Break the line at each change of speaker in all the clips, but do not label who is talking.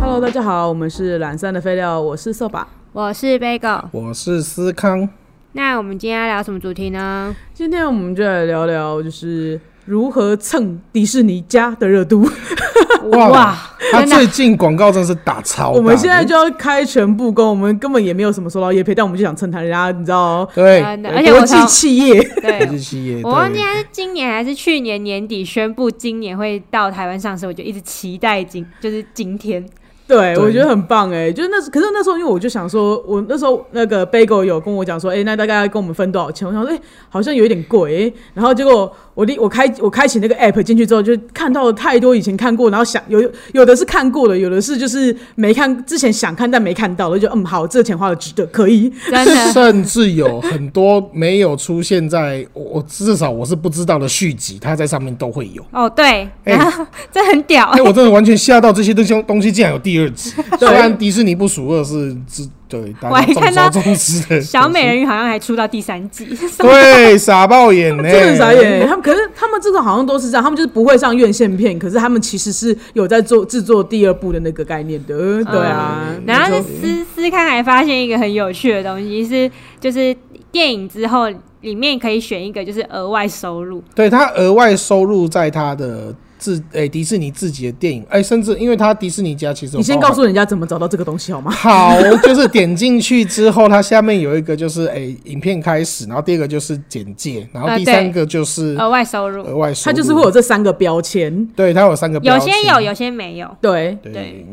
Hello，大家好，我们是懒散的废料，我是扫把。
我是 Bagel。
我是思康，
那我们今天要聊什么主题呢？
今天我们就来聊聊，就是如何蹭迪士尼家的热度。
哇他
真的
最近广告真是打超大的
我们现在就要开诚布公，我们根本也没有什么收到业配，但我们就想蹭他人家，你知道，
对
真的，而且我
国际
从
企业。
国
对
际，企业，
我忘记
对
他是今年还是去年年底宣布今年会到台湾上市，我就一直期待今就是今 天。
对，
对
我觉得很棒哎、就是那可是那时候，因为我就想说，我那时候那个 Bagel 有跟我讲说，哎、那大概要跟我们分多少钱？我想说，哎、好像有一点贵、欸。然后结果我立我开我开启那个 App 进去之后，就看到了太多以前看过，然后想有有的是看过的，有的是就是没看之前想看但没看到的，就觉得嗯好，这个钱花的值得，可以。
真的，
甚至有很多没有出现在我我至少我是不知道的续集，它在上面都会有。
哦对，
哎
然后 这很屌
哎、，我真的完全吓到，这些东西东西竟然有第二集。虽然迪士尼不数二是之对，大
我还
家众
看到
所周知的
哎小美人鱼好像还出到第三季， 什么
对傻爆眼哎
哎
呢、
真的很傻眼、欸。他们可是他们这个好像都是这样，他们就是不会上院线片，可是他们其实是有在做制作第二部的那个概念的。对啊，
嗯然后
没
是
错
思思看，还发现一个很有趣的东西是，就是电影之后里面可以选一个就是额外收入，
对他额外收入在他的自哎、迪士尼自己的电影哎、甚至因为他迪士尼家其实有
你先
包含
告诉人家怎么找到这个东西好 吗？
好，就是点进去之后，它下面有一个就是诶、影片开始，然后第二个就是简介，然后
啊
第
对
三个就是
额外收入
额外收
呃它就
入。
是会有这三个标签。
对，它有三个标
有
签，
些有，有些没有。
对，
对
对。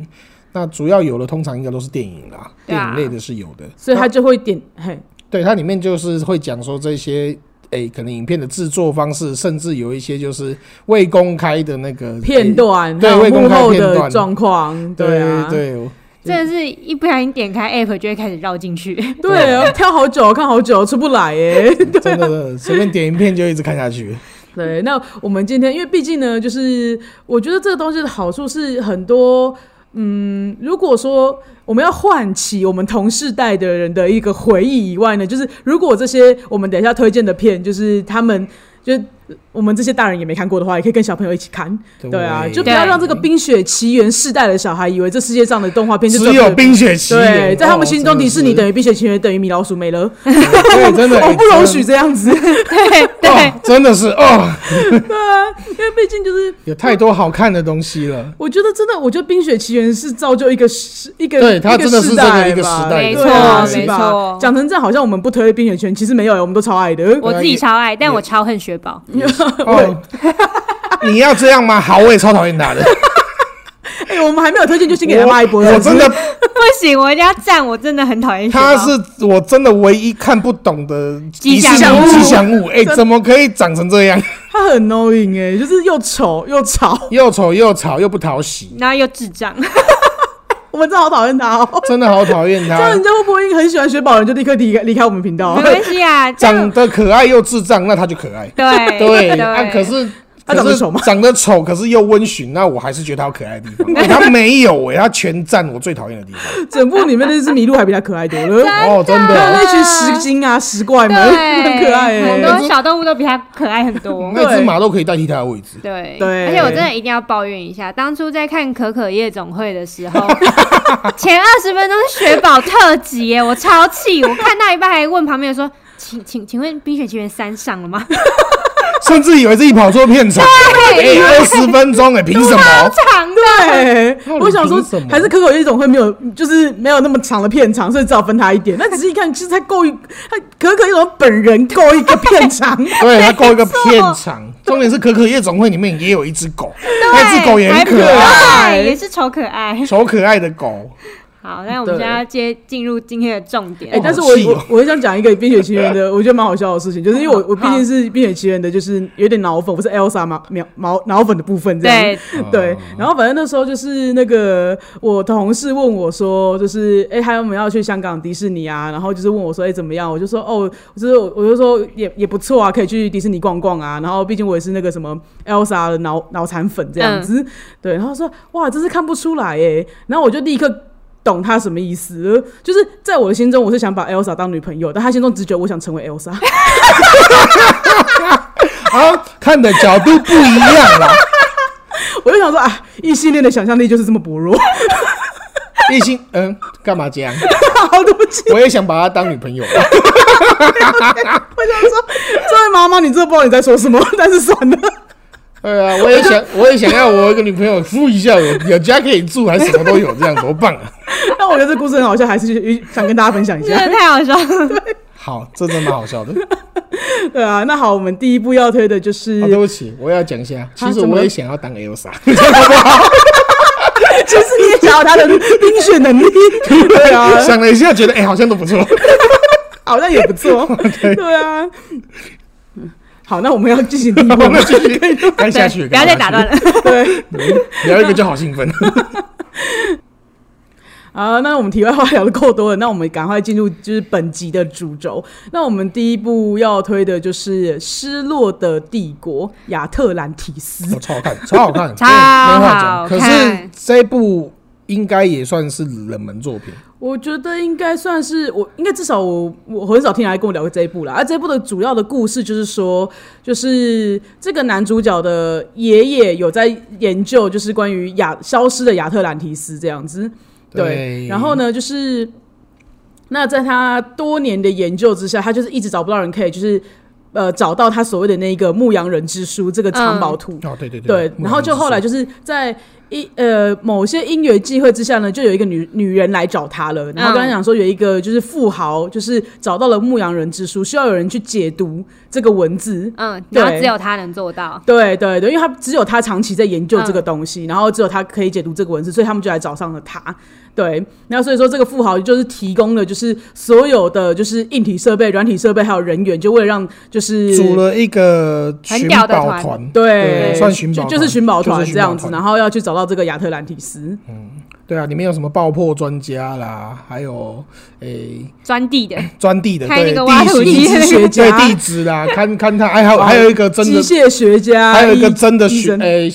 那主要有的通常应该都是电影啦，
对
电
啊
影类的是有的，
所以它就会点嘿，
对它里面就是会讲说这些诶、可能影片的制作方式，甚至有一些就是未公开的那个
片。段，
哎对
还有
未公
幕
开
后
片
的
段
状况，
诶对、
啊，对
对，我
真的是一不小心点开 app 就会开始绕进 去。
对，挑好久，看好久，出不来耶。
真的真的随便点影片就一直看下去。
对，那我们今天，因为毕竟呢，就是我觉得这个东西的好处是很多。嗯，如果说我们要唤起我们同世代的人的一个回忆以外呢，就是如果这些我们等一下推荐的片，就是他们就是我们这些大人也没看过的话，也可以跟小朋友一起看。 对啊，就不要让这个《冰雪奇缘》世代的小孩以为这世界上的动画片就
只有《冰雪奇缘哦
对，》，在他们心中，迪士尼
的。
等于《冰雪奇缘》等于米老鼠没了，
对， 真的，
我不容许
欸
这样子， 因
对
真的
对
哦，真的是哦，
为毕竟就是
有太多好看的东西了。
我觉得真的，我觉得《冰雪奇缘》是造就一个时一个，
对它真的是
世
这个
代
一个时
吧
代
的
对啊
没错
是吧
没错
讲成这样，好像我们不推《冰雪奇缘》，其实没有，我们都超爱的。
我自己超爱，但我超恨雪宝。
哦， 你要这样吗？好，我也超讨厌 他的。
哎、我们还没有推荐，就先给他骂一波。
我
是不是
真的，
不行，我一定要站，我真的很讨厌雪
他
宝。
是我真的唯一看不懂的
吉祥
物。
物
吉祥物，哎，怎么可以长成这样？
他很 knowing 哎、就是又丑又吵，
又丑又吵又不讨喜，
然后又智障，
我们真的好讨厌他哦。
真的好讨厌
这样
他
人。家会不会很喜欢雪宝的人就立刻离开离开我们频道
没？关系啊。这
哦 长
样
得可爱又智障，那他就可爱。
对
对，啊，可是。
他
可
长得
是
丑吗
长得丑，可是又温驯，那我还是觉得他有可爱的地 方。欸他没有哎、他全占我最讨厌的地方。
整部里面那只麋鹿还比他可爱多了。
哦，真
还有
的，
那群石精啊、石怪们，
啊对，
很可爱
很
哎、
多小动物都比它可爱很多。
那只马都可以代替它的位置。
对，
对
而且我真的一定要抱怨一下，当初在看可可夜总会的时 候，前二十分钟是雪宝特辑耶，我超气，我看到一半还问旁边人说。请请请问《冰雪奇缘三》上了吗？
甚至以为自己跑错片场，哎，二十分钟哎，凭什么？
长的，
对，
底
欸我想说
凭什么，
还是可可夜总会没有，就是没有那么长的片长，所以只好分他一点。但仔细一看，其实他够一，他可可夜总会本人够一个片长，
对他够一个片场，重点是可可夜总会里面也有一只狗，那只狗也很可爱，
爱
还不对也是丑可爱。
超可爱的狗。
好，那我们现在要接进入今天的重
哎、
点。
但是
好
我
气哦
我我想讲一个《冰雪奇缘》的，我觉得蛮好笑的事情，就是因为 我我毕
好
竟是《冰雪奇缘》的，就是有点脑粉，我是 Elsa 嘛，秒毛脑粉的部分这样。
对，
对，然后反正那时候就是那个我同事问我说，就是哎，还有没有要去香港迪士尼啊？然后就是问我说，哎，怎么样？我就说哦，就是我我就说也也不错啊，可以去迪士尼逛逛啊。然后毕竟我也是那个什么 Elsa 的脑脑残粉这样子，对。然后说哇，真是看不出来哎。然后我就立刻。懂他什么意思了？就是在我的心中，我是想把 Elsa 当女朋友，但他心中只觉得我想成为 Elsa。
啊，看的角度不一样啦。
我就想说啊，异性恋的想象力就是这么薄弱。
一心嗯，干嘛这样？
好，对不起，
我也想把她当女朋友。
我想说，这位妈妈，你真的不知道你在说什么， 但是算了，
对啊，我也想，我也想要我有一个女朋友敷一下，有有家可以住，还什么都有，这样多棒啊！
但我觉得这故事很好笑，还是想跟大家分享一
真
下。
的太好笑了。
好，这真蛮好笑的。
对啊， 那好，我们第一步要推的就是
哦，对不起，我要讲一下，其实
怎么
我
了
也想要当 Elsa。
就是你也想要他的冰雪 能力，对啊，
想了一下，觉得哎、好像都不 错。
好像也不错， 对啊。嗯 好，那我们要进行第一步
我
吗
们继续看下去，
对不要再打断了。
对，
聊一个就好 兴奋。
好，那我们题外话聊的够多了，那我们赶快进入就是本集的主轴。那我们第一步要推的就是《失落的帝国》亚特兰提斯。
我超好看，超好看，
超好
对没话讲。可是
看
这部应该也算是冷门作品，
我觉得应该算是我，应该至少我我很少听人来跟我聊过这一部啦。而、啊这一部的主要的故事就是说，就是这个男主角的爷爷有在研究，就是关于亚消失的亚特兰提斯这样子。对，
对
然后呢，就是那在他多年的研究之下，他就是一直找不到人可以就是呃找到他所谓的那个牧羊人之书这个藏宝图。
哦，对对
对，然后就后来就是在一呃某些因缘际会之下呢，就有一个女女人来找他了，然后跟他讲说有一个就是富豪，就是找到了牧羊人之书，需要有人去解读这个文字。
嗯，然后
对
只有他能做到。
对对对，因为他只有他长期在研究这个东西，然后只有他可以解读这个文字，所以他们就来找上了他。对，那所以说这个富豪就是提供了就是所有的就是硬体设备、软体设备还有人员，就为了让就是
组了一个
很
寻
屌的
宝
团
团，
对
算寻宝
就
团，
就是寻宝团
就是寻
这样子，然
团
后要去找到这个亚特兰蒂斯。
对啊，里面有什么爆破专家啦，还有诶
钻地的，
钻地的，
开那
对
个挖土
地
机
形
地质学家
对地质啦，勘勘探，还有还有一个真
机
哦
的，
械学家，
还有一个
医
真的
医
寻
生
诶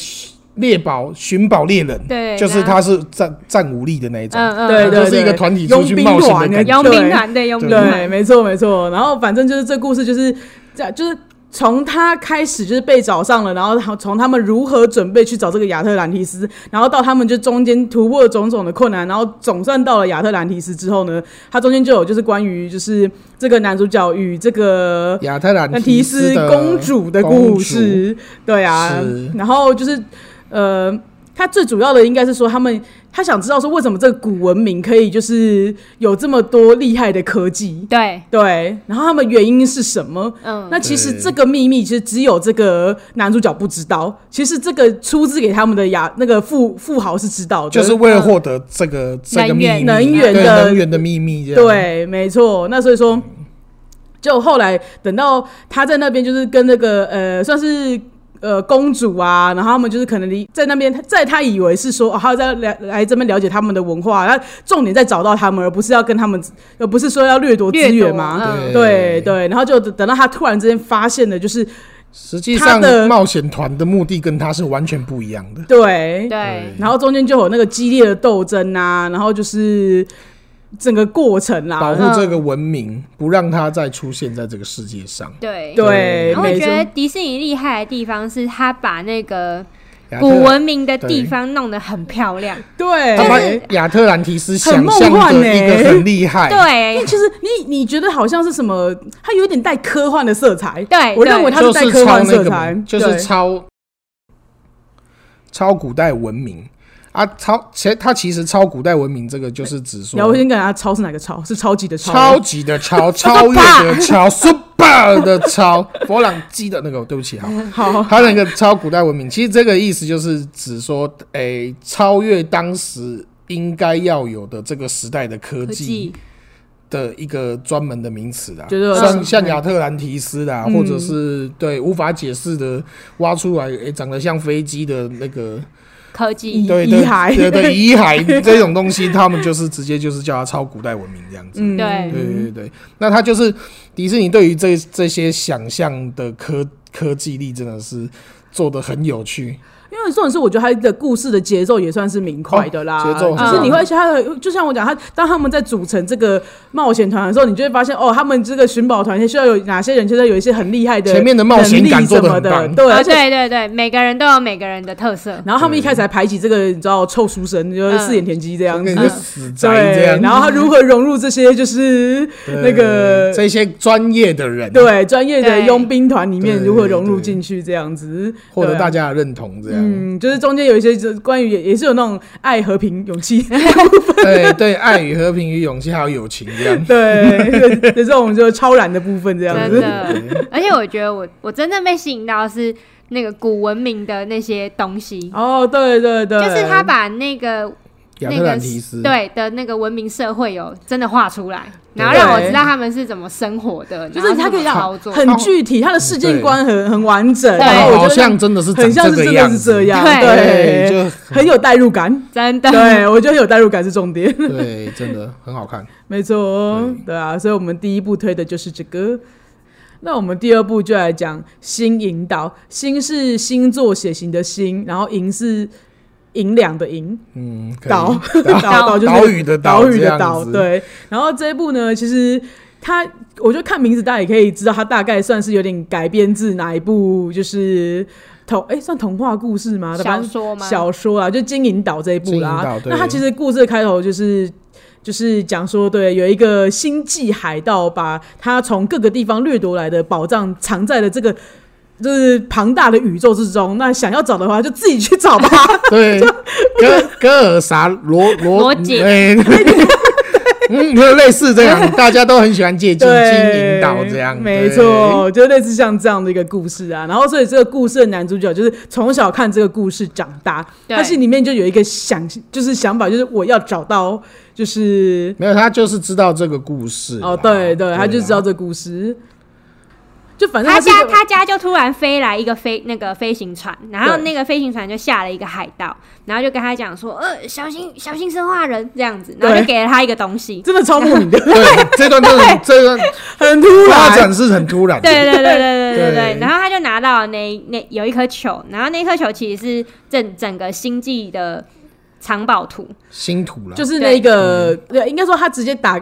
猎宝寻宝猎人，
对
就是
然后
他是战战武力的那一种，
嗯嗯，
对对
哎就是一个
对
团体出去冒险的感
佣兵
觉
团。
佣兵团对佣兵
对，
团，
没错没错。然后反正就是这故事就是这样，就是从他开始就是被找上了，然后从他们如何准备去找这个亚特兰蒂斯，然后到他们就中间突破种种的困难，然后总算到了亚特兰蒂斯之后呢，他中间就有就是关于就是这个男主角与这个
亚特兰
那提斯
斯的
公主的故事，对啊
是，
然后就是呃，他最主要的应该是说他们他想知道说为什么这个古文明可以就是有这么多厉害的科技，
对，
对，然后他们原因是什么？
嗯，
那其实
对
这个秘密其实只有这个男主角不知道，其实这个出资给他们的雅那个富富豪是知道的，
公主，就是为了获得这个这个秘密，
能源
对
的
能源的秘密，这样，
对，没错。那所以说，就后来等到他在那边，就是跟那个呃，算是。呃，公主啊，然后他们就是可能离在那边，在他以为是说，哦，他在来来这边了解他们的文化，那重点在找到他们，而不是要跟他们，而不是说要掠夺资
掠夺
源嘛。
嗯
对对，然后就等到他突然之间发现了，就是
实际
他
上
的
冒险团的目的跟他是完全不一样的。
对，
对，
然后中间就有那个激烈的斗争啊，然后就是整个过程啦、
保护
啊，
这个文明，不让它再出现在这个世界上。
对。
对，
然后我
没
觉
错
得迪士尼厉害的地方是，他把那个
亚特
古文明的地方弄得很漂亮。
对，
他把亚特兰提斯想
很
象
梦幻
的
欸
一个很厉害，
因为
对
其实你你觉得好像是什么，它有点带科幻的色彩。
对
我认为
对
它
就是
带
是
科
超
幻
那
色
个
彩
嘛，，就是超超古代文明啊，超其实它其实超古代文明这个就是指
对。然后我
说
先跟大家超是哪个超？是超级的超。
超级 的超，超越的超，super 的超，佛朗基的那个，对不起哈。啊
好，
他那个超古代文明，其实这个意思就是指说，诶、超越当时应该要有的这个时代的科
科
技
技，
的一个专门的名词啦。
就是
像
嗯
像亚特兰提斯啦，或者是对无法解释的挖出来，诶、长得像飞机的那个，
科技
遗
对
遗
对
骸
对对 遗骸这种东西，他们就是直接就是叫它超古代文明这样子。
嗯，
对
对对对，那他就是迪士尼对于这这些想象的科科技力真的是做的很有趣，
因为重点是，我觉得他的故事的节奏也算是明快的啦，
哦节奏很
就是你
快
会他的，就像我讲，他当他们在组成这个冒险团的时候，你就会发现哦，他们这个寻宝团需要有哪些人，现在有一些很厉害的
前面的冒险感做得
能力
很
什么的，
棒
对，
啊，
而且。
对对对，每个人都有每个人的特色。
然后他们一开始还排挤这个，你知道臭书生，就是四眼田鸡这样
跟
子
你，个死宅这
对
样。。
然后他如何融入这些就是
对
那个
这些专业的人，，
对专业的
对
佣兵团里面
对
如何融入进去这样子，
获得
对
大家的认同，这样，
嗯，就是中间有一些就是关于也也是有那种爱、和平、勇 气，
对对，爱与和平与勇气还有友情 这样。
对的的这种就是超然的部分这样
真
子。嗯
的，而且我觉得我我真正被吸引到的是那个古文明的那些东西，
哦，对对对，
就是他把那个
亚
那
特
个
兰提斯，
对的那个文明社会有真的画出来，然后
对
让我知道他们是怎么生活的，
就
然
是
后
他可以
怎么
让
操作，
很具体，他的世界观很很完整，
对
然后我
好
觉得
像真的是长
很像
这
是
个
真的
样
是这
子，
样，
对，
对，
就
很有代入感。
真的
对，我觉得很有代入感是重点，
对，真的很好看。
没错，对啊，所以我们第一部推的就是这个。那我们第二部就来讲星引导，星是星座血型的星，然后银是银两的银，
嗯，可以
岛 岛岛就是
岛屿的岛
岛屿
这
的
样
岛，
子
对。然后这一部呢，其实它，我觉得看名字大家也可以知道，它大概算是有点改编自哪一部，就是童哎、算童话故事吗？
小说吗？
小说啊，就金银岛这一部
金银
啦
岛。对
那它其实故事的开头就是。就是讲说，对，有一个星际海盗把他从各个地方掠夺来的宝藏藏在了这个就是庞大的宇宙之中。那想要找的话，就自己去找 吧。
对，戈戈尔啥罗罗
罗姐
哎嗯，就类似这样，大家都很喜欢借金
对，
金引导这样，
没
对
错，就类似像这样的一个故事啊。然后，所以这个故事的男主角就是从小看这个故事长大，
对
他心里面就有一个想，就是想法，就是我要找到，就是
没有，他就是知道这个故事啦。
哦，对对，
啊
他就知道这个故事。就反正
他
是一
家
个
他家就突然飞来一个飞那个飞行船，然后
对
那个飞行船就下了一个海盗，然后就跟他讲说，呃，小心小心生化人这样子，然后就
对
给了他一个 东西。
真的超莫名的，
对 这段真的这段
很突
发
然。
展是很突然的，
对对对对对对对
对
然后他就拿到了那那有一颗球，然后那颗球其实是整整个星际的藏宝图，
新土了，
就是那个，对，应该说他直接打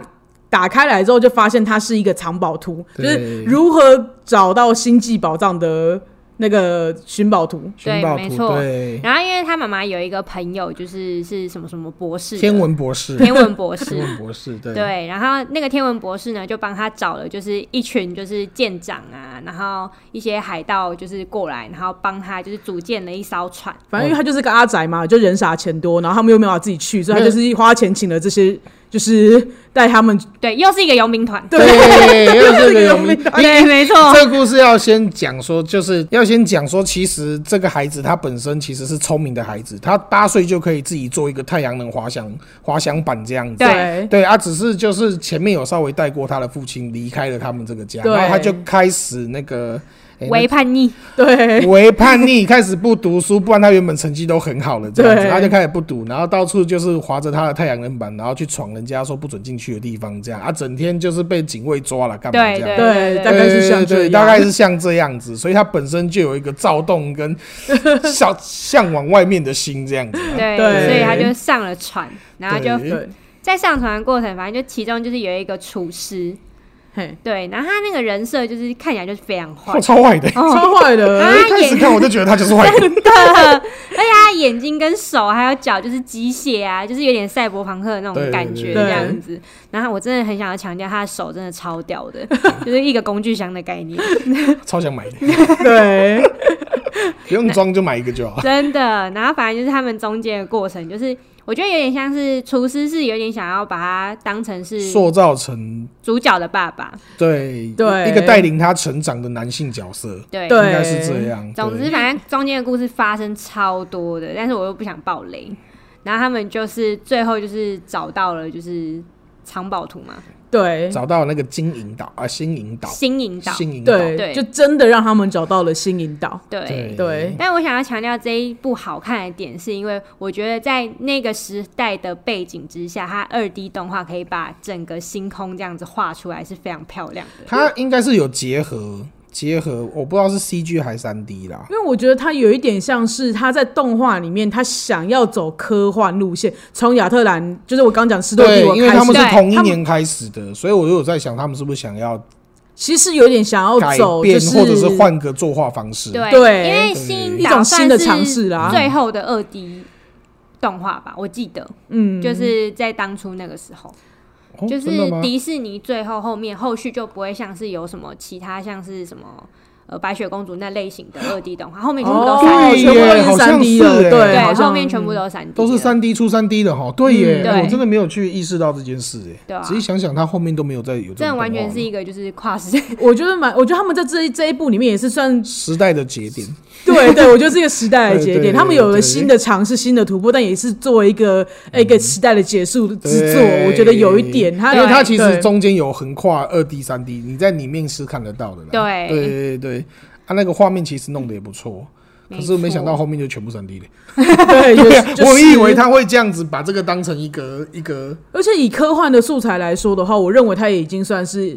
打开来之后，就发现它是一个藏宝图，就
对
是如何找到星际宝藏的那个寻宝图。
寻宝
对没
图，
错
对，
然后因为他妈妈有一个朋友，就是是什么什么博士的，
天文博士，
天文博
天
士。
文博士，对
对，然后那个天文博士呢，就帮他找了，就是一群就是舰长啊，然后一些海盗就是过来，然后帮他就是组建了一艘船。
反正因为他就是个阿宅嘛，就人傻钱多，然后他们又没有办法自己去，所以他
没有
就是花钱请了这些，就是带他们
对，又是一个佣兵团。
对，哎又是这个 有名。
对，没错，
这个故事要先讲说，就是要先讲说，其实这个孩子他本身其实是聪明的孩子，他八岁就可以自己做一个太阳能滑翔滑翔板这样子。
对
对啊，只是就是前面有稍微带过他的父亲离开了他们这个家，
对
然后他就开始那个诶
为叛逆。
对
为叛逆，开始不读书，不然他原本成绩都很好了，这样子
对
他就开始不读，然后到处就是划着他的太阳能板，然后去闯人家说不准进去的地方，这样啊，整天就是被警卫抓了干嘛
对
这样？
对
对，
对
大概是像
呃对
这
对
样，
大概是像这样子，所以他本身就有一个躁 动跟向向往外面的心这样子。
对，
对
所以他就上了船，然后就
对
对，
在上船的过程，反正就其中就是有一个厨师，
嘿，
对，然后他那个人设就是看起来就是非常坏
我，超坏的、
哦，
超坏
啊
的，
一开始看我就觉得他就是坏 的，
而且他眼睛跟手还有脚就是机械啊，就是有点赛博朋克的那
对
种
对
感觉
对
这样子。然后我真的很想要强调，他的手真的超屌 的，就是一个工具箱的概念，
超想买的，
对，
不用装就买一个就好。
真的。然后反正就是他们中间的过程，就是我觉得有点像是厨师是有点想要把他当成是
塑造成
主角的爸爸，
对
对
一个带领他成长的男性角色，
对。
对
应该是这样。
总之，
对
反正中间的故事发生超多的，但是我又不想爆雷。然后他们就是最后就是找到了就是藏宝图嘛，
对，
找到那个金银岛啊，新引岛，
新引导，
新引岛，
对，
对
就真的让他们找到了新引导，
对。
对，
但我想要强调这一部好看的点，是因为我觉得在那个时代的背景之下，它二 D 动画可以把整个星空这样子画出来是非常漂亮的。
它应该是有结合结合，我不知道是 CG 还是三 D 啦。
因为我觉得它有一点像是他在动画里面，他想要走科幻路线，从亚特兰就是我刚讲斯多
对
帝，国
因为
开
他们
始，
是
对
同一
他们
年开始的，所以我就有在想，他们是不是想要
其实有点想要
改
哦走
变，
就是
或者是换个作画方式？
对，
对
因为新
一种新的尝试啦
最后的二 D 动画吧，我记得，嗯，就是在当初那个时候，
哦，
就是
真的吗？
迪士尼最后后面后续就不会像是有什么其他像是什么呃白雪公主那类型的二 D 动画，后面全部都
哦，
三 D，、
全部
耶
都
好
是欸
像
三 D
是
的，
耶
对，好像
对，
嗯
后面全部都是三 D，
都是
了
三 D 出三 D 的哈，对
嗯
耶，
对
我真的没有去意识到这件事耶。
对啊
仔细想想，他后面都没有再有这
真的
种哦
完
动画
全是一个就是跨时代，
我觉得蛮，我觉得他们在这一这一部里面也是 算
时代的节点。
对对，我觉得是一个时代的节
对对
点，
对
他们有了
对
新的尝试、新的突破，但也是作为一个哎一个时代的结束之作
对，
我觉得有一点，他
因为它其
对
实中间有横跨二 D、三 D，你在里面是看得到的啦。
对
对对对，它那个画面其实弄得也不错，可是没想到后面就全部三 D 了。
对，
对啊
就，是
我以为，他会这样子把这个当成一个一个，
而且以科幻的素材来说的话，我认为它也已经算是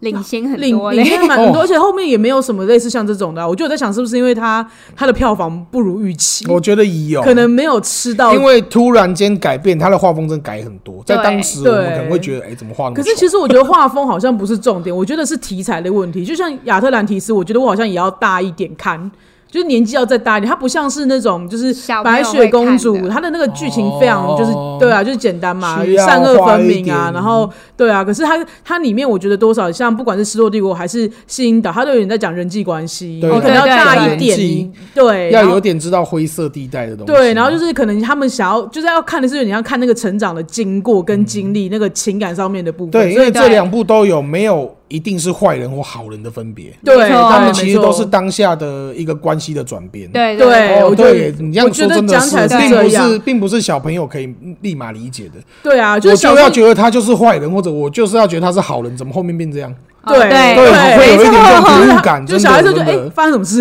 领先很
领
多嘞
领。先蛮多，
哦
而且后面也没有什么类似像这种的啊。我就有在想，是不是因为它它的票房不如预期，
我觉得有
可能没有吃到
因为突然间改变他的画风，真的改很多。在
对
当时我们
对
可能会觉得，哎、怎么画那么
可
丑？
是其实我觉得画风好像不是重点，我觉得是题材的问题。就像亚特兰提斯，我觉得我好像也要大一点看，就是年纪要再大一点。它不像是那种就是
小朋
白
友会
雪公
看
主，
的
它的那个剧情非常就是、
哦
对啊，就是简单嘛，
需要
善恶分明
花一
啊
点，嗯
然后对啊。可是它它里面我觉得多少像不管是失落帝国还是吸引岛，它都有点在讲人际关系，
对
你可能要
对对
大
对
一点，
人际
你对，
要
然后
有点知道灰色地带的东西。
对，然后就是可能他们想要就是要看的是你要看那个成长的经过跟经历，那个情感上面的部分。
对，因
所以
为这两部都有，没有一定是坏人或好人的分别，
哦对
没错
他们其实
没错
都是当下的一个关系的转变。。
对
对
哦，
我觉得
对，你这样
我觉
说
得
真的
讲起来
是，
是
并
这
不
样
是，并不是小朋友可以立马理解的。
对啊，就
我
是
就
小
要
时候
觉得他就是坏人，或者我就是要觉得他是好人，怎么后面变这样？
哦
对
对，
对
会有一点 这种
就是
不
他
误感。
就
真
小
的
孩子就
真
哎、
的
诶发生什么事？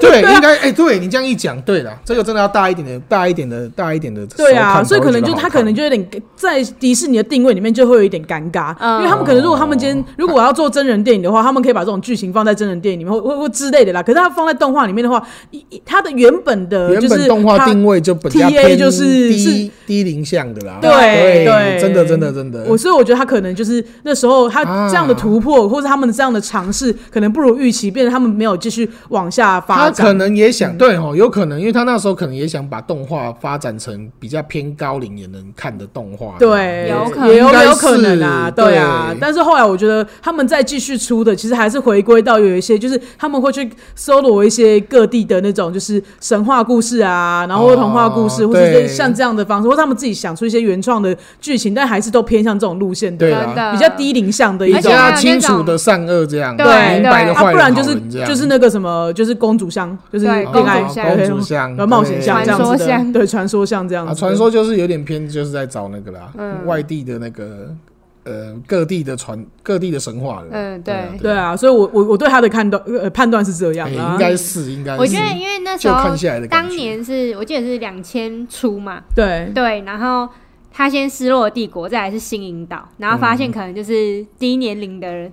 对，
啊
应该哎、对你这样一讲，对了，这个真的要大一点的，大一点的，大一点的。
对啊，所以可能就他可能就有点在迪士尼的定位里面就会有一点尴尬，
嗯
因为他们可能如果他们今天如果我要做真人电影的话，他们可以把这种剧情放在真人电影里面或或或之类的啦。可是他放在动画里面的话，一一它的原本的
原
呃就
本
是
动画
它
定位就本家
TA
偏
就是
低
是
低龄向的啦。
对对
真的真的真的。
我所以我觉得他可能就是那时候他
啊
这样的突破，或者他们这样的尝试，可能不如预期，变得他们没有继续往下发
他可
展。嗯
能也想、对哦，有可能，因为他那时候可能也想把动画发展成比较偏高龄也能看的动画。
对，
有可能
也有
应该
有可能啊，
是
对啊
对。
但是后来我觉得他们再继续出的，其实还是回归到有一些，就是他们会去搜罗一些各地的那种，就是神话故事啊，然后
哦
童话故事，或者
对
是像这样的方式，或者他们自己想出一些原创的剧情，但还是都偏向这种路线的，
对啊
真的
啦，
比较低龄向的一
比
啊而且
种。
较
还有那种
清楚的善恶这样，
对
明白
对
的坏
啊，
人，
不然就是
好人这样哦
就是那个什么，就是公主像，就是
对
恋爱
公主像
对
公主像
然后冒险像
对哦
这样
传
子
说
的，
像
对，传说像这样
啊，
子。
传说就是有点偏，就是在找那个啦，
嗯
外地的那个呃各地的传各地的神话了。
嗯
对啊
对
对啊，所以我我我对他的判断呃判断是这样
哎
啊，
应该是应该是。
我觉得因为那时
就
候
看下来的感觉
当年是我记得是两千出嘛，
对
对，然后他先失落的帝国，再来是新引导，然后发
嗯
现可能就是低年龄的人，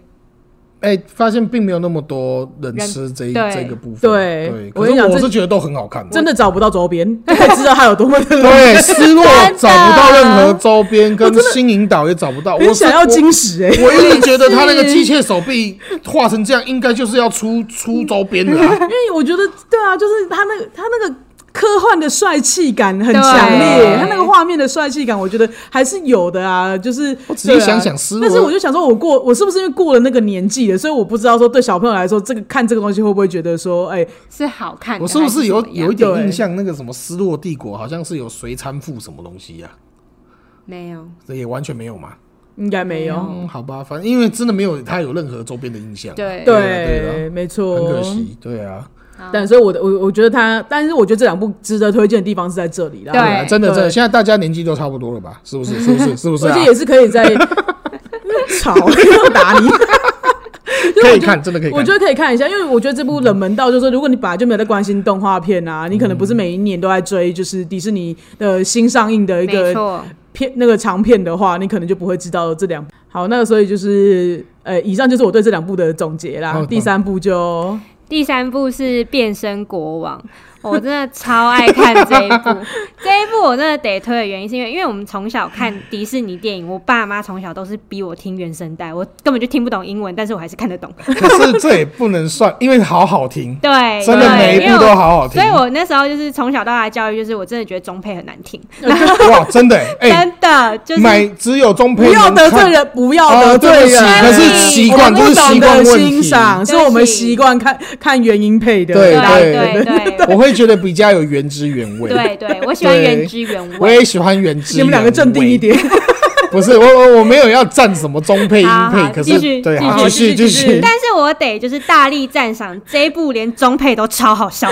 哎、发现并没有那么多人
人
吃这一
对
这个部分。
对
对，
我
可
跟你
是
讲
我
这
是觉得都很好看。
真的找不到周边，就可以知道他有多么的
对，失落找不到任何周边，跟新引导也找不到。 我
很
是
想要
我
金石哎、
我一直觉得他那个机械手臂画成这样，应该就是要出出周边的、 啊。
因为我觉得对啊，就是他那个他那个。科幻的帅气感很强
对
烈，他那个画面的帅气感，我觉得还是有的啊。就是
我仔细想
对啊
想，失落，
但是我就想说，我过我是不是因为过了那个年纪了，所以我不知道说对小朋友来说，这个看这个东西会不会觉得说，哎、
是好看的。
我是不是有有一
一
点印象？那个什么失落帝国好像是有随参附什么东西啊呀、
没有？
这也完全没有嘛。
应该没有。
嗯，好吧，反正因为真的没有他有任何周边的印象，
对
对，
对啊
没
很
错，
可。惜。对啊，
但所以我的我我觉得他，但是我觉得这两部值得推荐的地方是在这里啦。
对
啊真的
对
真的，现在大家年纪都差不多了吧？是 不是？是不是？是不是、
而
啊
且？也是可以 在吵，要打 你。
可以看，真的可以看。
我觉得可以看一下，因为我觉得这部冷门到就是说，如果你本来就没有在关心动画片啊，你可能不
嗯
是每一年都在追，就是迪士尼的新上映的一
没
个
错，
片那个长片的话，你可能就不会知道这两。好，那所以就是呃，以上就是我对这两部的总结啦。
哦
第三部就
第三部是《变身国王》， 我真的超爱看这一 部。这一部我真的得推的原因是因为，因为我们从小看迪士尼电影，我爸妈从小都是逼我听原声带，我根本就听不懂英文，但是我还是看得 懂。
可是这也不能算，因为好 好听，
对，
真的
对
每一
因为
部
我
都好好听
所以。我那时候就是从小到大的教育，就是我真的觉得中配很难听，
哇，真的欸哎，
真的就是
买只有中
不
配
要
能
得罪
看，
人，不要得
哦
罪
对不起
人。
可是习
我
惯
们不
这是
懂
习惯
得
问题
欣赏，是
对
我们
不起
习惯看看原音配的。啊
对
对对对
我会觉得比较有原汁原味。
对对，我喜欢原汁原
我
味。
也喜欢原汁。
你们两个镇定一，点。
不是我我我没有要站什么中配音
好
配
好，
可
继
是
续
对，
继
好
续
继续
继
继
续
续，
但是我得就是大力赞赏这一部，连中配都超好笑。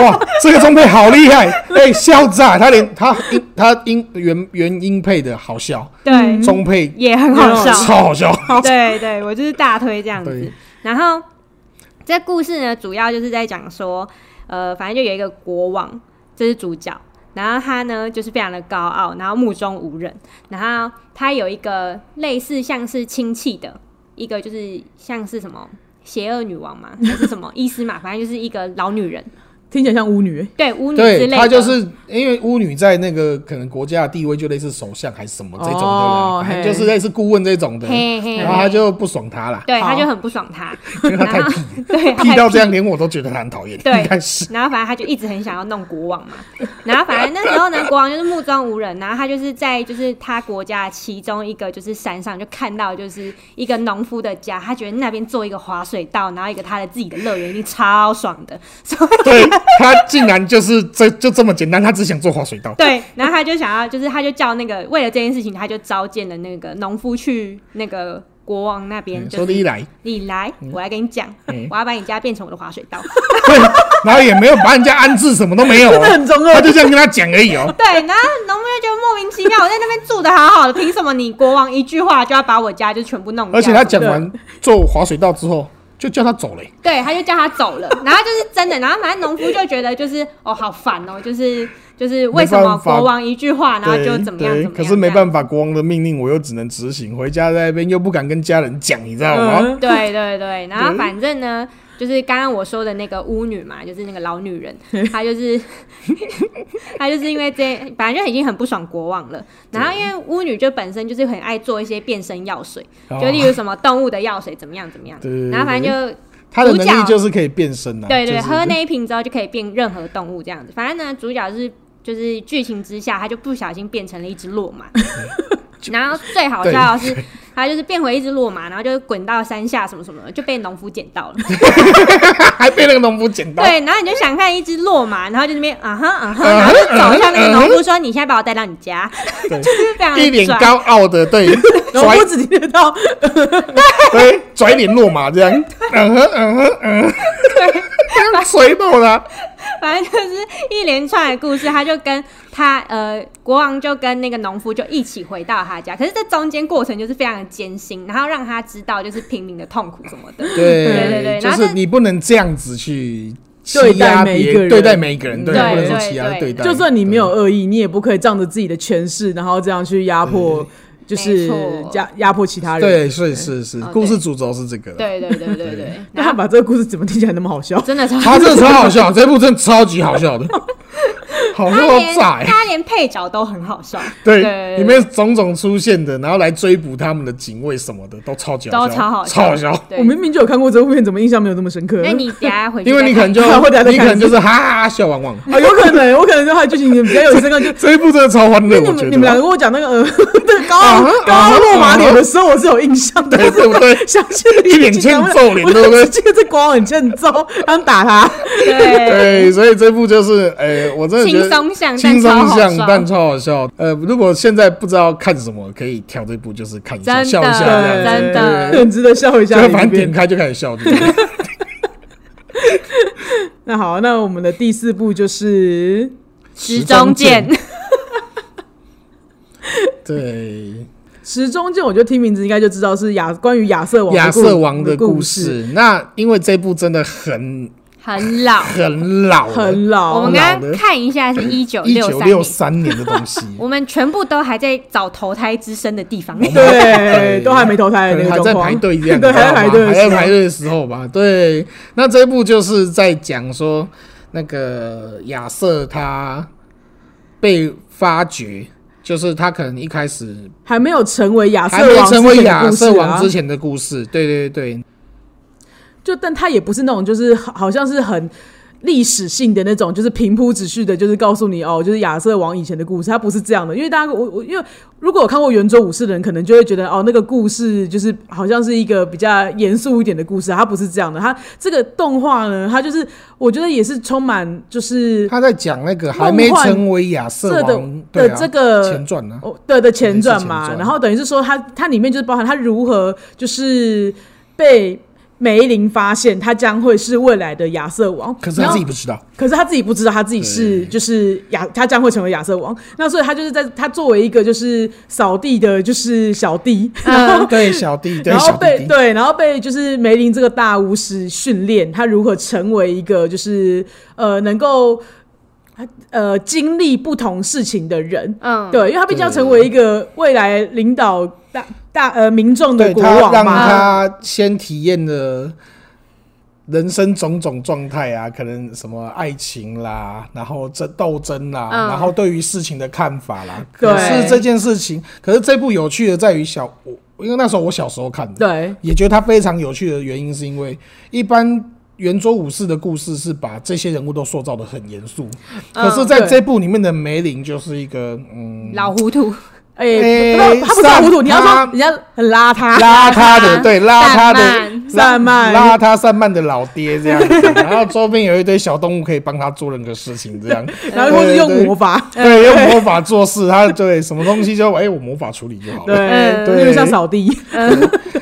哇，这个中配好厉害，哎，笑炸，他连他音他音原原音配的好笑，
对，
中配
也嗯很好
嗯
笑。
超好笑，
对 对，我就是大推这样子
对。
然后这故事呢，主要就是在讲说，呃，反正就有一个国王，这是主角。然后他呢，就是非常的高傲，然后目中无人。然后他有一个类似像是亲戚的一个，就是像是什么邪恶女王嘛，还是什么伊斯玛，反正就是一个老女人，
听起来像巫女，
对巫女之类
对
的。
他就是因为巫女在那个可能国家的地位就类似首相还是什么这种的啦
哦，
反正
嘿
就是类似顾问这种的，
嘿嘿，
然后他就不爽他啦，
对，他
好
就很不爽 他，
因为他太屁，
对，他
屁
太
到这样，连我都觉得他很讨厌，
对
应该是
然后反正他就一直很想要弄国王嘛，然后反正那时候呢，国王就是目中无人，然后他就是在就是他国家的其中一个就是山上就看到就是一个农夫的家，他觉得那边做一个滑水道，然后一个他的自己的乐园，一定超爽的，所以
对他竟然就是这就这么简单，他只想做滑水道。
对，然后他就想要就是他就叫那个为了这件事情，他就召见了那个农夫去那个国王那边，
嗯
就
说的一
是
来，
你来，我来跟你讲，
嗯
我要把你家变成我的滑水道。
对，然后也没有把人家安置，什么都没 有、
真的
哦，
很中
他
二。
就这样跟他讲而已哦。
对，然后农民就觉得莫名其妙，我在那边住的好好的，凭什么你国王一句话就要把我家就全部弄掉？
而且他讲完做滑水道之后，就叫他走了、
对，他就叫他走了，然后就是真的，然后反正农夫就觉得就是哦好烦哦，就是就是为什
没
么
办法
国王一句话，然后就怎么样怎么
对
样？
可是没办法，国王的命令我又只能执行，回家在那边又不敢跟家人讲，你知道吗？
嗯
这样。对对对，然后反正呢。就是刚刚我说的那个巫女嘛，就是那个老女人， 她就是她就是因为这，反正就已经很不爽国王了。然后因为巫女就本身就是很爱做一些变身药水，就例
哦
如什么动物的药水怎么样怎么样
对对，对
然后反正就
他的能
主角
力就是可以变身啊，
对对，
就是
喝那一瓶之后就可以变任何动物这样子。反正呢，主角是就是剧情之下，他就不小心变成了一只骆马， 然后最好笑的是。他就是变回一只骆马，然后就滚到山下什么什么的，就被农夫捡到了。
还被那个农夫捡到，
对，然后你就想看一只骆马，然后就那边啊哈啊哈，然后就走向那个农夫说：“你现在把我带到你家。”
啊 对
就是非常
一脸
拽
高傲 的对
然后
拽
我只听得到
对拽脸落马 这样，嗯哼嗯哼嗯哼，对，水到了，
反正就是一连串的故事，他就跟他呃国王就跟那个农夫就一起回到他家，可是这中间过程就是非常的艰辛，然后让他知道就是平民的痛苦什么的。
对
对对
就
然后
是
这
你不能这样子去欺
对待
压
每一
别
个人
对待每一个人，对，
对
不能说
对
欺压
对
对待，
就算你没有恶意，你也不可以仗着自己的权势，然后这样去压迫，就是
没错
压压迫其他
对。
啊人。
对，是是是，
哦
故事主轴是这个。，
对对对对对，
那
然
他
后
把这个故事怎么听起来那么好笑？
真的超
他真的超好笑，这部真的超级好笑的，好
他
笑到
连
炸欸！
他连配角都很好笑，对
对，里面种种出现的，然后来追捕他们的警卫什么的，都超级好
都
笑，
超好笑
超好笑。
对
我，明明就有看过这部片，怎么印象没有这么深刻？
那你等一下回去
因为
再
你可
看
能就
好我等下再看
你可能就是哈哈哈笑完忘了，
啊，有可能，我可能就他的剧情比较有深刻，就
这一部真的超欢乐，
因为你
我觉
们
得
你们两个跟我讲那个呃， 那个高
啊
傲
哈
高傲落马脸的时候，我是有印象的，
对对不对？
想起了
一脸欠揍脸
我
对不对
只记得这国王很欠揍，他打他，
对
对，所以这部就是，呃，我真的觉
轻
得
松向
轻松向，但
但超好笑
超好笑。呃，如果现在不知道看什么，可以挑这部， 就是啊看一下，
真的
笑 一下这样子，
真的
很值得笑一
就
下。
反正点开就开始笑，对不对
那好，那我们的第四部就是
时钟剑，
对，
时钟剑，我觉得听名字应该就知道是亚关于亚瑟王的
亚
故
瑟王的
故
故。事。那因为这部真的很
很老。
很老了，
很老，
我 们
老
刚
的
刚看一 下是一九
一
六
九
三年
六，三年的 东西，
我们全部都还在找投胎之身的地方。
对，都还没投胎
可
的
能
那
还
个
在
状
排
况，
队这 样，
对，还在
你知道
排队
吗
的
还
时候，
在排队的时候吧。对，那这一部就是在讲说那个亚瑟他被发掘。就是他可能一开始
还没有成为亚瑟
还没
王
成为亚
之前的
瑟
故事啊
王之前的故事，对对对，
就但他也不是那种就是好好像是很历史性的那种，就是平铺直叙的，就是告诉你哦，就是亚瑟王以前的故事，他不是这样的。因为大家我我因为如果有看过《圆桌武士》的人，可能就会觉得哦，那个故事就是好像是一个比较严肃一点的故事，他不是这样的。他这个动画呢，他就是我觉得也是充满就是
他在讲那个还没成为亚瑟
梦
王
幻
对
的
啊
这个
前传啊呢、
哦，对的前传嘛
前，传
然后等于是说它它里面就是包含它如何就是被梅林发现他将会是未来的亚瑟王，
可是他
然后
自己不知道，
可是他自己不知道他自己是就是亚，他将会成为亚瑟王。那所以他就是在他作为一个就是扫地的，就是小弟，然后。
对小弟，
嗯
对
然后
小弟
被
弟，
对，然后被就是梅林这个大巫师训练，他如何成为一个就是呃能够呃经历不同事情的人，
嗯，
对，因为他毕竟要
对
成为一个未来领导大大呃民众的
对
国
他
王
让
嘛，
他先体验了人生种种状态啊，可能什么爱情啦，然后这斗争啦，
嗯
然后对于事情的看法啦。
对
可是这件事情，可是这部有趣的在于小我，因为那时候我小时候看的，
对，
也觉得它非常有趣的原因是因为一般。圆桌武士的故事是把这些人物都塑造的很严肃，可是在
嗯对
这部里面的梅林就是一个嗯
老糊涂，
哎，
哎
不不他不是
散
糊涂，你要说
他
人家很邋遢，
邋遢的，
遢
对邋遢
散
的
漫
散漫
邋遢散漫的老爹这样子，然后周边有一堆小动物可以帮他做任何事情，这样，
然后或是用魔
法，
法，
对， 用魔法做事，他对什么东西就哎，我魔法处理就好了。
对，
对
有点嗯像扫 地，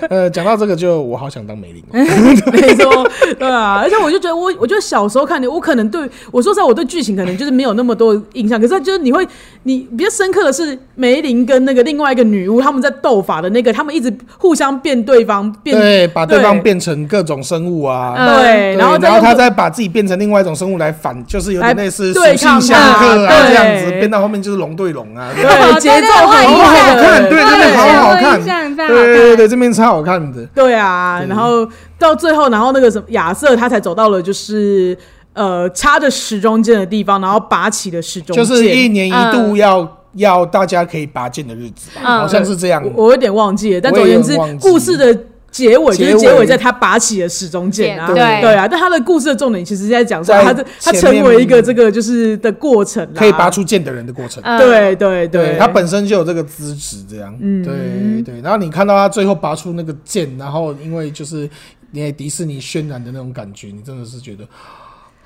呃，讲到这个就我好想当梅林哦，
嗯没错，对啊，而且我就觉得我，我觉得小时候看的，我可能对我说实在，我对剧情可能就是没有那么多印象，可是就是你会，你比较深刻的是梅林跟那个另外一个女巫他们在斗法的那个，他们一直互相变对方，变
对，把对方
对
变成各种生物啊。
嗯
对，
对
然后再
然后
用
他再把自己变成另外一种生物来反，就是有点
来
类似属
对
性
抗
相
他
克啊
对
这样子，变到后面就是龙对龙啊，
对节奏
对
很
对
好
我有
快
印象
好看，对，真的好好
我有
看，
印象非常好
对对
看
对，这边超好看的。
对啊，
对
然后到最后，然后那个什么亚瑟他才走到了就是呃插着时钟剑的地方，然后拔起了时钟
就
剑。
是一年一度要、要大家可以拔剑的日子吧，
嗯
好像是这样。
我我有点忘记了，但
我
总
也
而
有
言
点
之
忘，记
故事的。结尾就是
结
结
尾
尾，在他拔起了时钟剑啊，
对
对啊，但他的故事的重点其实是在讲说
在
他这他
前面
成为一个这个就是的过程啦，
可以拔出剑的人的过程，
嗯，
对对
对
对，
他本身就有这个资质，这样，对对。然后你看到他最后拔出那个剑，然后因为就是你也迪士尼渲染的那种感觉，你真的是觉得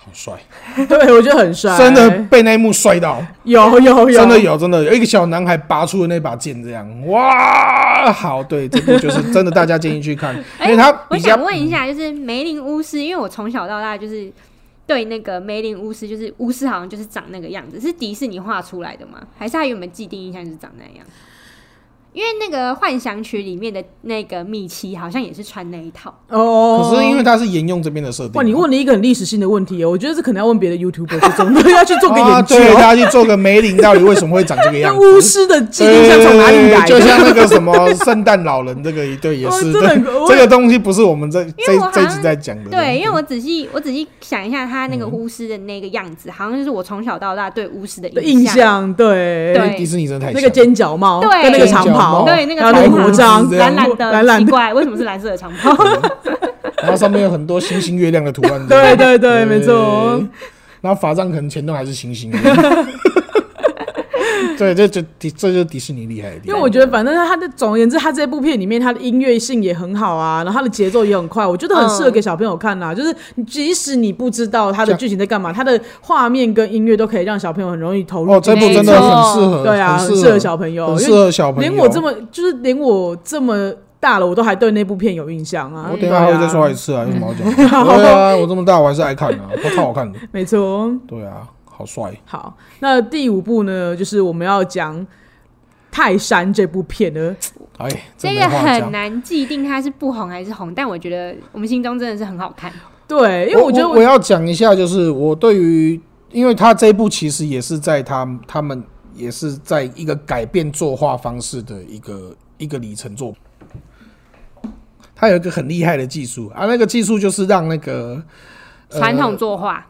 好帅，
对我觉得很帅，
真的被那一幕帅到，
有有有，
真的有真的有一个小男孩拔出的那把剑，这样，哇，好，对，这部就是真的，大家建议 去看，因为他
哎我
比较
想问一下，就是梅林巫师，因为我从小到大就是对那个梅林巫师，就是巫师好像就是长那个样子，是迪士尼画出来的吗？还是他原本既定印象就是长那样？因为那个幻想曲里面的那个米奇好像也是穿那一套，
哦，
可是因为他是沿用这边的设定啊。
哇，你问了一个很历史性的问题哦，我觉得这可能要问别的 YouTuber 去中 要去做个
啊，
研究。
对，大家去做个梅林，到底为什么会长这个
那
样
巫
子？
师的技能像从哪里来的？
对就像那个什么圣诞老人，这个一对 也
哦
是，
真的很
对
我
这个东西不是我们这
因为
这
我好
这
像
一集在讲的。
对，因为我仔细我仔细想一下，他那个巫师的那个样子，好像就是我从小到大对巫师的
的
印
印。象，对，
对
迪士尼真的太
那个
强了
尖角帽
对
跟那个长
尖角帽
袍，
对，那个
然后那
长
个
袍
魔杖，
蓝蓝的，
蓝蓝
奇
的，
怪，为什么是蓝色的长袍？
然后上面有很多星星、月亮 的图 案。
对
不
对对没错。
然后法杖可能前段还是星星。 对，这就迪，这就是迪士尼厉害的地
因
方。
为我觉得，反正他的总而言之，他这部片里面，他的音乐性也很好啊，然后他的节奏也很快，我觉得很适合给小朋友看啦、就是你即使你不知道他的剧情在干嘛，他的画面跟音乐都可以让小朋友很容易投入。
嗯哦，这部真
没
的很
错
适合，
对啊，
很
很
适
适
合
合小朋友，
很
因为
适合小朋友。
连我这么就是连我这么大了，我都还对那部片有印象啊。
我等一下还
对
会
啊
再刷一次哦啊，有什么好讲 的？对啊，我这么大我还是爱看啊，它超好看的。
没错。
对啊，好帅。
好，那第五部呢，就是我们要讲《泰山》这部片呢，
哎，
这
没
个
话
很
讲。
难既定它是不红还是红，但我觉得我们心中真的是很好看。
对，因为
我
我觉得
我要讲一下，就是我对于，因为他这一部其实也是在他他们也是在一个改变作画方式的一个一个里程作。他有一个很厉害的技术啊，那个技术就是让那个呃
传统作画，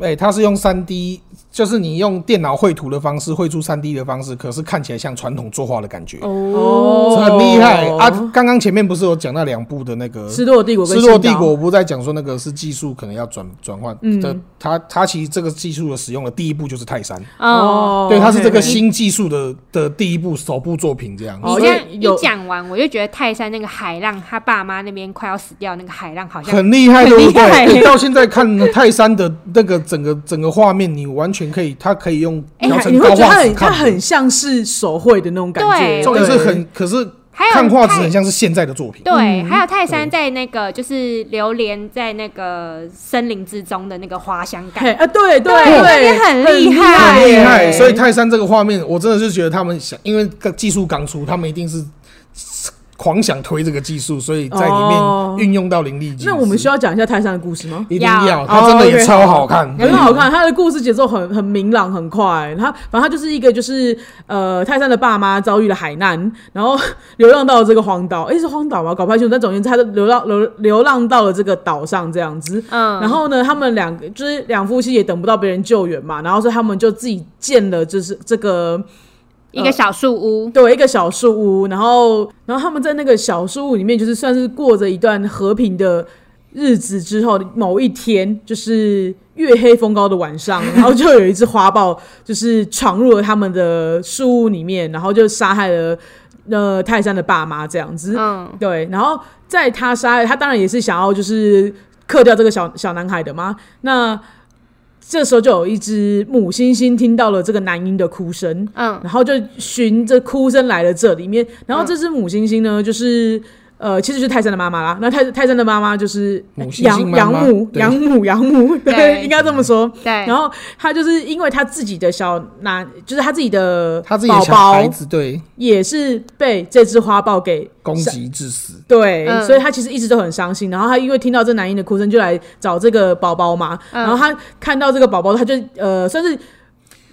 哎、它是用三 D，就是你用电脑绘图的方式绘出三 D 的方式，可是看起来像传统作画的感觉，
哦
很厉害啊！刚刚前面不是有讲那两部的那个
失落帝国跟
失落
青
帝
岛
国，我不再讲说那个是技术可能要转转换
嗯
的，它它其实这个技术的使用的第一步就是泰山，
哦，
对，它是这个
嘿嘿
新技术的的第一步首部作品这样，
哦
你这样
所以有
一讲完，我就觉得泰山那个海浪，他爸妈那边快要死掉那个海浪，好像
很厉害，
很
对不
厉害
对？你到现在看泰山的那个整个整个画面，你完全可以，它可以用
哎
调成
你会
高
觉得它
画质
很它
看，
很像是手绘的那种感觉，
对
重点是很，可是
哎
还有
看画质
泰
很像是现在的作品。
对，
嗯
还有泰山在那个就是榴莲在那个森林之中的那个花香
嘿
感，
啊，对对
对那边很
很
厉害
害
很厉害，
耶
所以泰山这个画面，我真的是觉得他们想，因为技术刚出，他们一定是狂想推这个技术，所以在里
哦
面运用到淋漓尽致。
那我们需要讲一下泰山的故事吗？
一定要，
要
它真的也
OK
超好看，
很好看，他的故事节奏很很明朗，很快。他反正他就是一个就是呃，泰山的爸妈遭遇了海难，然后流浪到了这个荒岛，诶，是荒岛吗？搞不太清楚。但总而言之，他就流浪流流浪到了这个岛上这样子。
嗯，
然后呢，他们两个就是两夫妻也等不到别人救援嘛，然后所以他们就自己建了，就是这个
一个小树屋，
对一个小树屋，然后然后他们在那个小树屋里面，就是算是过着一段和平的日子之后，某一天就是月黑风高的晚上，然后就有一只花豹就是闯入了他们的树屋里面，然后就杀害了呃泰山的爸妈这样子。
嗯，
对，然后在他杀害他，当然也是想要就是克掉这个小小男孩的嘛。那这时候就有一只母猩猩听到了这个男婴的哭声，
嗯
然后就循着哭声来了这里面。然后这只母猩猩呢，就是呃，其实就是泰山的妈妈啦。那泰泰山的妈妈就是
母猩猩
养
妈妈
养母，
对
养母，养母，对，
对
应该这么说。
对
然，后他就是因为他自己的小男，就是他自己的
他自己的
宝
小孩
宝
子对
也是被这只花豹给
攻击致死，
对，
嗯
所以他其实一直都很伤心。然后他因为听到这男婴的哭声，就来找这个宝宝嘛。
嗯
然后他看到这个宝宝，他就呃，算是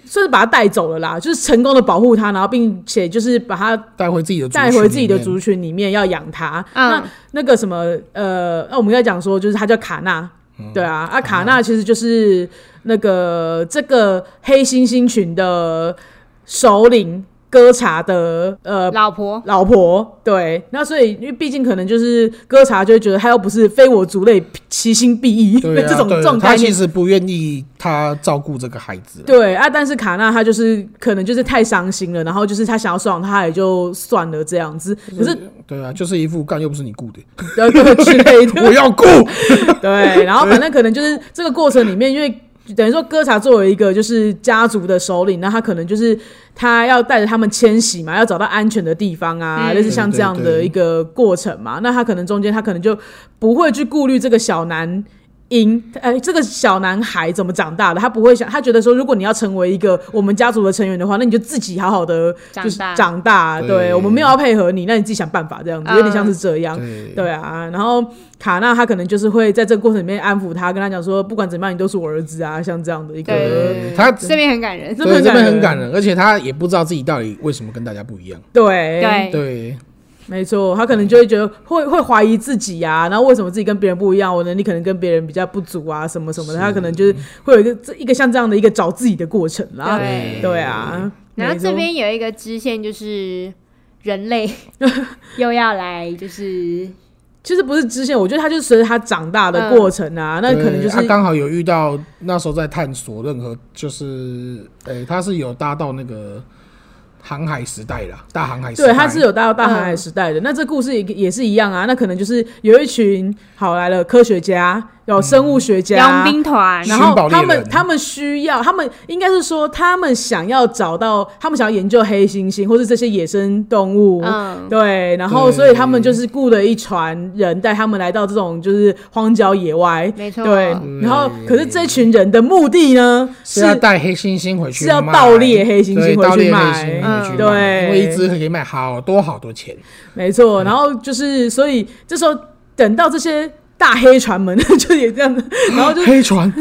算是把他带走了啦，就是成功的保护他，然后并且就是把他
带回自己的族
带回自己的
群里
族
面，
群里面，要养他。
嗯
那那个什么呃，那我们要讲说，就是他叫卡纳，
嗯
对啊，啊卡纳其实就是那个这个黑猩猩群的首领哥查的呃
老婆，
老婆，对，那所以因为毕竟可能就是哥查就会觉得他又不是非我族类，其心必异，
对啊，
这种
对
这种
他
概
其
念。
实不愿意他照顾这个孩子，
对啊，但是卡纳他就是可能就是太伤心了，然后就是他想要收养他也就算了这样子，可是
对啊，就是一副干又不是你雇的，
呃 对之类的，
我要雇，
对，然后反正可能就是这个过程里面，因为等于说哥查作为一个就是家族的首领，那他可能就是他要带着他们迁徙嘛，要找到安全的地方啊，
嗯
类似像这样
对对
的
对
一个过程嘛。那他可能中间他可能就不会去顾虑这个小男。婴，呃，这个小男孩怎么长大的？他不会想，他觉得说，如果你要成为一个我们家族的成员的话，那你就自己好好的
长
就是
大
长大。
对
对我们没有要配合你，那你自己想办法这样
嗯
子，有点像是这样。
对
对啊，然后卡纳他可能就是会在这个过程里面安抚他，跟他讲说，不管怎么样，你都是我儿子啊，像这样的一
对
个
对他
这边很感人，
这
对
边
这边
很
很
感
感
人
人，而且他也不知道自己到底为什么跟大家不一样，
对
对，
对。
没错，他可能就会觉得会会怀疑自己呀、然后为什么自己跟别人不一样，我能力可能跟别人比较不足啊，什么什么的，他可能就是会有一个这一个像这样的一个找自己的过程啦，
对
对啊，
然后
没错
这边有一个支线就是人类又要来，就是
其实不是支线，我觉得他就是随着他长大
嗯
的过程啊，那
对
可能就是
他刚、好有遇到那时候在探索任何，就是诶、他是有搭到那个航海时代啦，大航海时代，
对，他是有带到大航海
嗯
时代的。那这故事也也是一样啊，那可能就是有一群好来了科学家，有生物学
佣
家，
兵团，
然
寻
后
嗯宝猎
他们
人
他们需要，他们应该是说他们想要找到，他们想要研究黑猩猩或是这些野生动物。
嗯，
对，然后
对
所以他们就是雇了一船人带他们来到这种就是荒郊野外，
没错，
对，然后可是这群人的目的呢
嗯是
是
要带黑猩猩回去
是要
卖
盗猎黑猩猩
对
回
盗
去
猎黑
卖
猩猩回去卖，
嗯
对
因为一只可以卖好多好多钱，嗯
没错，然后就是所以这时候等到这些大黑船门， 就也这样 子，然后就
黑船，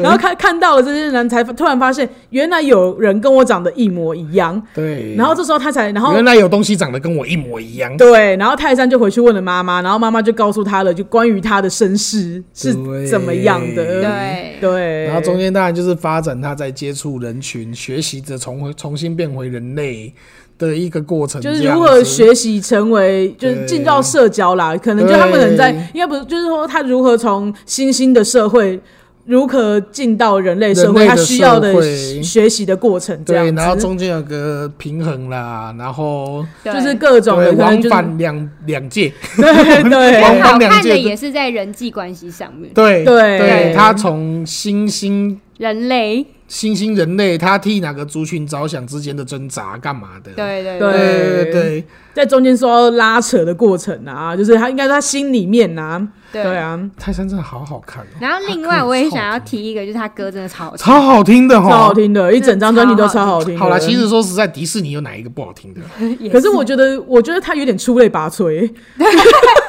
然后看看到了这些人，才突然发现原来有人跟我长得一模一样，
对，
然后这时候他才，然后
原来有东西长得跟我一模一样，
对，然后泰山就回去问了妈妈，然后妈妈就告诉他了，就关于他的身世是
对
怎么样的。
对
对，
然后中间当然就是发展他在接触人群，学习着重回重新变回人类的一个过程，
就是
这样
如何
子
学习成为，就是进到社交啦，可能就他们可能在，应该不是，就是说他如何从新兴的社会。如何进到人类社会？
人类
他
的
需要
社
的
会
学习的过程，这样
对，然后
子
中间有个平衡啦，然后
就是各种
对
的可能
往
就是
返两两界，
对
往
对
返
好
两
看的
界
也是在人际关系上面，
对
对
对，他从新兴
人类，
新兴人类，他替哪个族群着想之间的挣扎干嘛的？
对对
对
对对对，
在中间受到拉扯的过程啊，就是他应该说他心里面啊，
对
对。啊，
泰山真的好好看哦，
然后另外我也想要提一个，就是他歌真的超好听，
超好听的
超好
哈。
听的，一整张专辑都超
超
好听的。
哦好啦，其实说实在，迪士尼有哪一个不好 听的？
也
可是我觉得，我觉得他有点出类拔
哎
萃。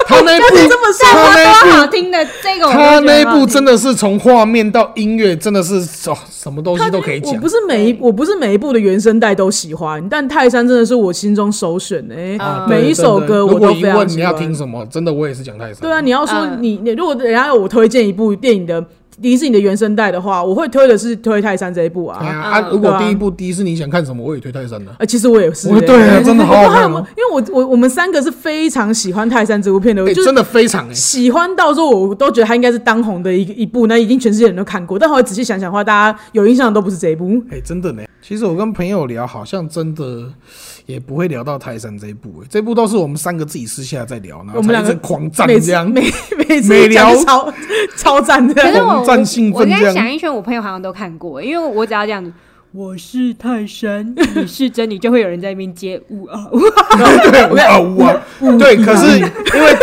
他那一 部
这么说
他那一
多
部
好听的这个我都觉
他
得
那一
很好
部
听
真的是从画面到音乐，真的是哦，什么东西都可以
我
哎讲
不。是每一我不是每一部的原声带都喜欢，但泰山真的是我心中首选哎、
嗯
啊对
每一首
真的
歌我
如果
都
一
非常
问你
喜
要
欢。
听什么，真的我也是讲泰山。
对啊，，你要说
嗯
你、你如果人家要我推荐一部电影的迪士尼的原声带的话，我会推的是推泰山这一部
对
啊。
啊啊！
嗯
如果
对啊
第一部迪士尼想看什么，我也推泰山的。
呃，其实我也是、
我
欸，
对啊，真的好
我
好
还有
看
没有
哦，
因为我我我们三个是非常喜欢泰山这部片的，我
哎，
就是
真的非常哎。
喜欢到说，我都觉得它应该是当红的一个一部，那一定全世界人都看过。但后来仔细想想的话，大家有印象的都不是这一部。
哎、真的呢。其实我跟朋友聊，好像真的也不会聊到泰山这一部、哎，这部都是我们三个自己私下在聊，然后
我们
才
两
一
个
直狂赞
每
这
次
样。
每每
每
次
聊
讲就超超赞的。
可是我
狂战兴
我
奋这
在
样
想一圈，我朋友好像都看过，因为我只要这样子，我是泰山，你是珍妮，就会有人在那边接舞啊舞啊，
对，哇哇，对，可是因为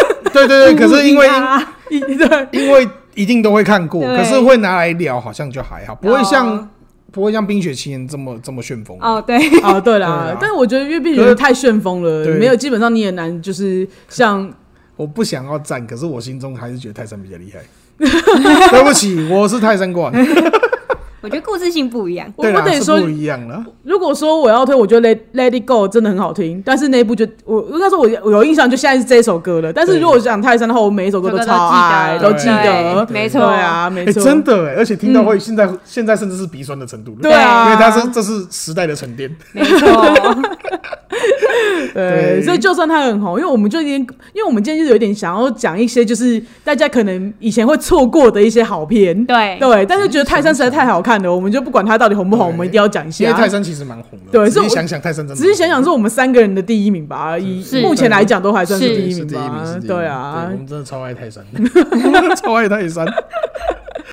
对对对，可是因为
啊
一对
因为一定都会看过，
对
可是会拿来聊，好像就还好，不会像、
哦
不会像《冰雪奇缘》这么这么旋风。
哦对，
哦，对
对
啦
啊，
但是我觉得越必须太旋风了，
对
没有基本上你也难，就是像
我不想要赞，可是我心中还是觉得泰山比较厉害。 对不起，我是泰山冠，
我觉得故事性不一样，
我
对
我
啦，
得
是
说
不，一样了。
如果说我要推，我觉得《Let Let It Go》真的很好听，但是那一部就我应该说我我有印象，就现在是这首歌了。但是
对
如果讲泰山的话，我每一首歌
这个
超爱，
都
都记得
对。
对
没错，
啊，没
哎、
错，嗯
真的哎，而且听到会现在、现在甚至是鼻酸的程度了。
对啊，
因为它是这是时代的沉淀。
没错，
对，
对
所以就算他很红，因为我们就已经，因为我们今天就有点想要讲一些，就是大家可能以前会错过的一些好片，
对
对，但是觉得泰山实在太好看了，我们就不管它到底红不红，我们一定要讲一
因为
下。
泰山其实蛮红的，
啊对
仔
是
细
我
想想泰山真的，
只是想想，是我们三个人的第一名吧，以
是
目前来讲都还算是
是
对
第一
是
名
第一名，是
吧
第一，名
对
对
啊
我，们真的超爱泰山， 超爱泰山，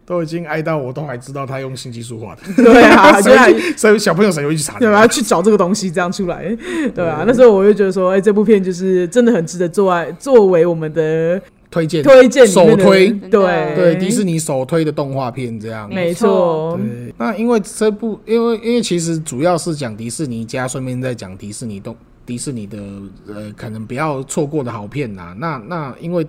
都已经爱到我都还知道他用新技术画的，
对 啊，
所
对啊。
以所以小朋友谁会去查？
对啊吧？？去找这个东西，这样出来，对啊。那时候我就觉得说，哎、这部片就是真的很值得做爱，作为我们的
推荐
推荐里
首
面的
推，
对
对迪士尼首推的动画片这样。
没错，
对，那因为这部，因为因为其实主要是讲迪士尼加，顺便再讲迪士尼动迪士尼的呃，可能不要错过的好片呐、那那因为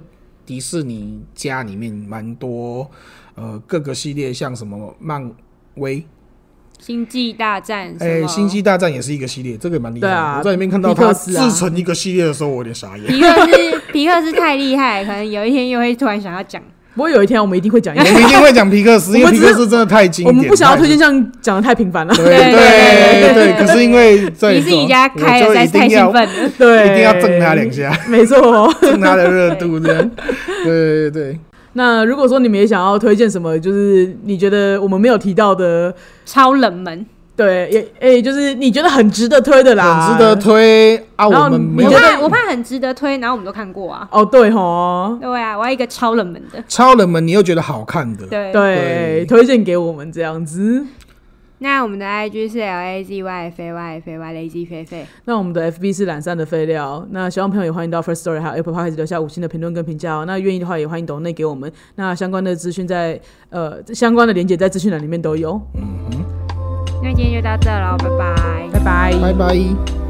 迪士尼家里面蛮多呃各个系列，像什么漫威，
星际大战，
哎、星际大战也是一个系列，这个也蛮厉害
对
的。
啊
我在里面看到
皮克
它
斯啊
自成一个系列的时候，我有点傻眼。
皮克是 皮克是太厉害，可能有一天又会突然想要讲，
不过有一天我们一定会讲一
我
下。
们一定会讲皮克斯，因
我们
为皮
只是
克斯真的太经
我
典。
们不想要
太
推荐，这样讲的太频繁了。
对
对
对
对
对
对
可是因为在
迪士尼家开了，
我就
实
一
在太
定
兴
要
奋了，
对，
一定要蹭他两下，
没错。哦
蹭他的热度这样。对对对，
那如果说你们也想要推荐什么，就是你觉得我们没有提到的，
超冷门，
对，也诶、就是你觉得很值得推的啦，
很值得。推啊！
然后
我们
你
没
我
有
觉得
怕我怕很值得推，然后我们都看过啊，
哦，对吼，
对啊，我要一个超冷门的，
超冷门，你又觉得好看的，
对
对，
对
推荐给我们这样子。
那我们的 IG 是 L A Z Y F A Y F A Y Lazy 菲菲，
那我们的 FB 是懒散的废料，那喜欢朋友也欢迎到 First Story 还有 Apple Podcast 留下五星的评论跟评价哦。那愿意的话也欢迎抖内给我们，那相关的资讯在呃相关的连接在资讯栏里面都有。
那今天就到这喽，拜拜。
拜拜。
拜拜。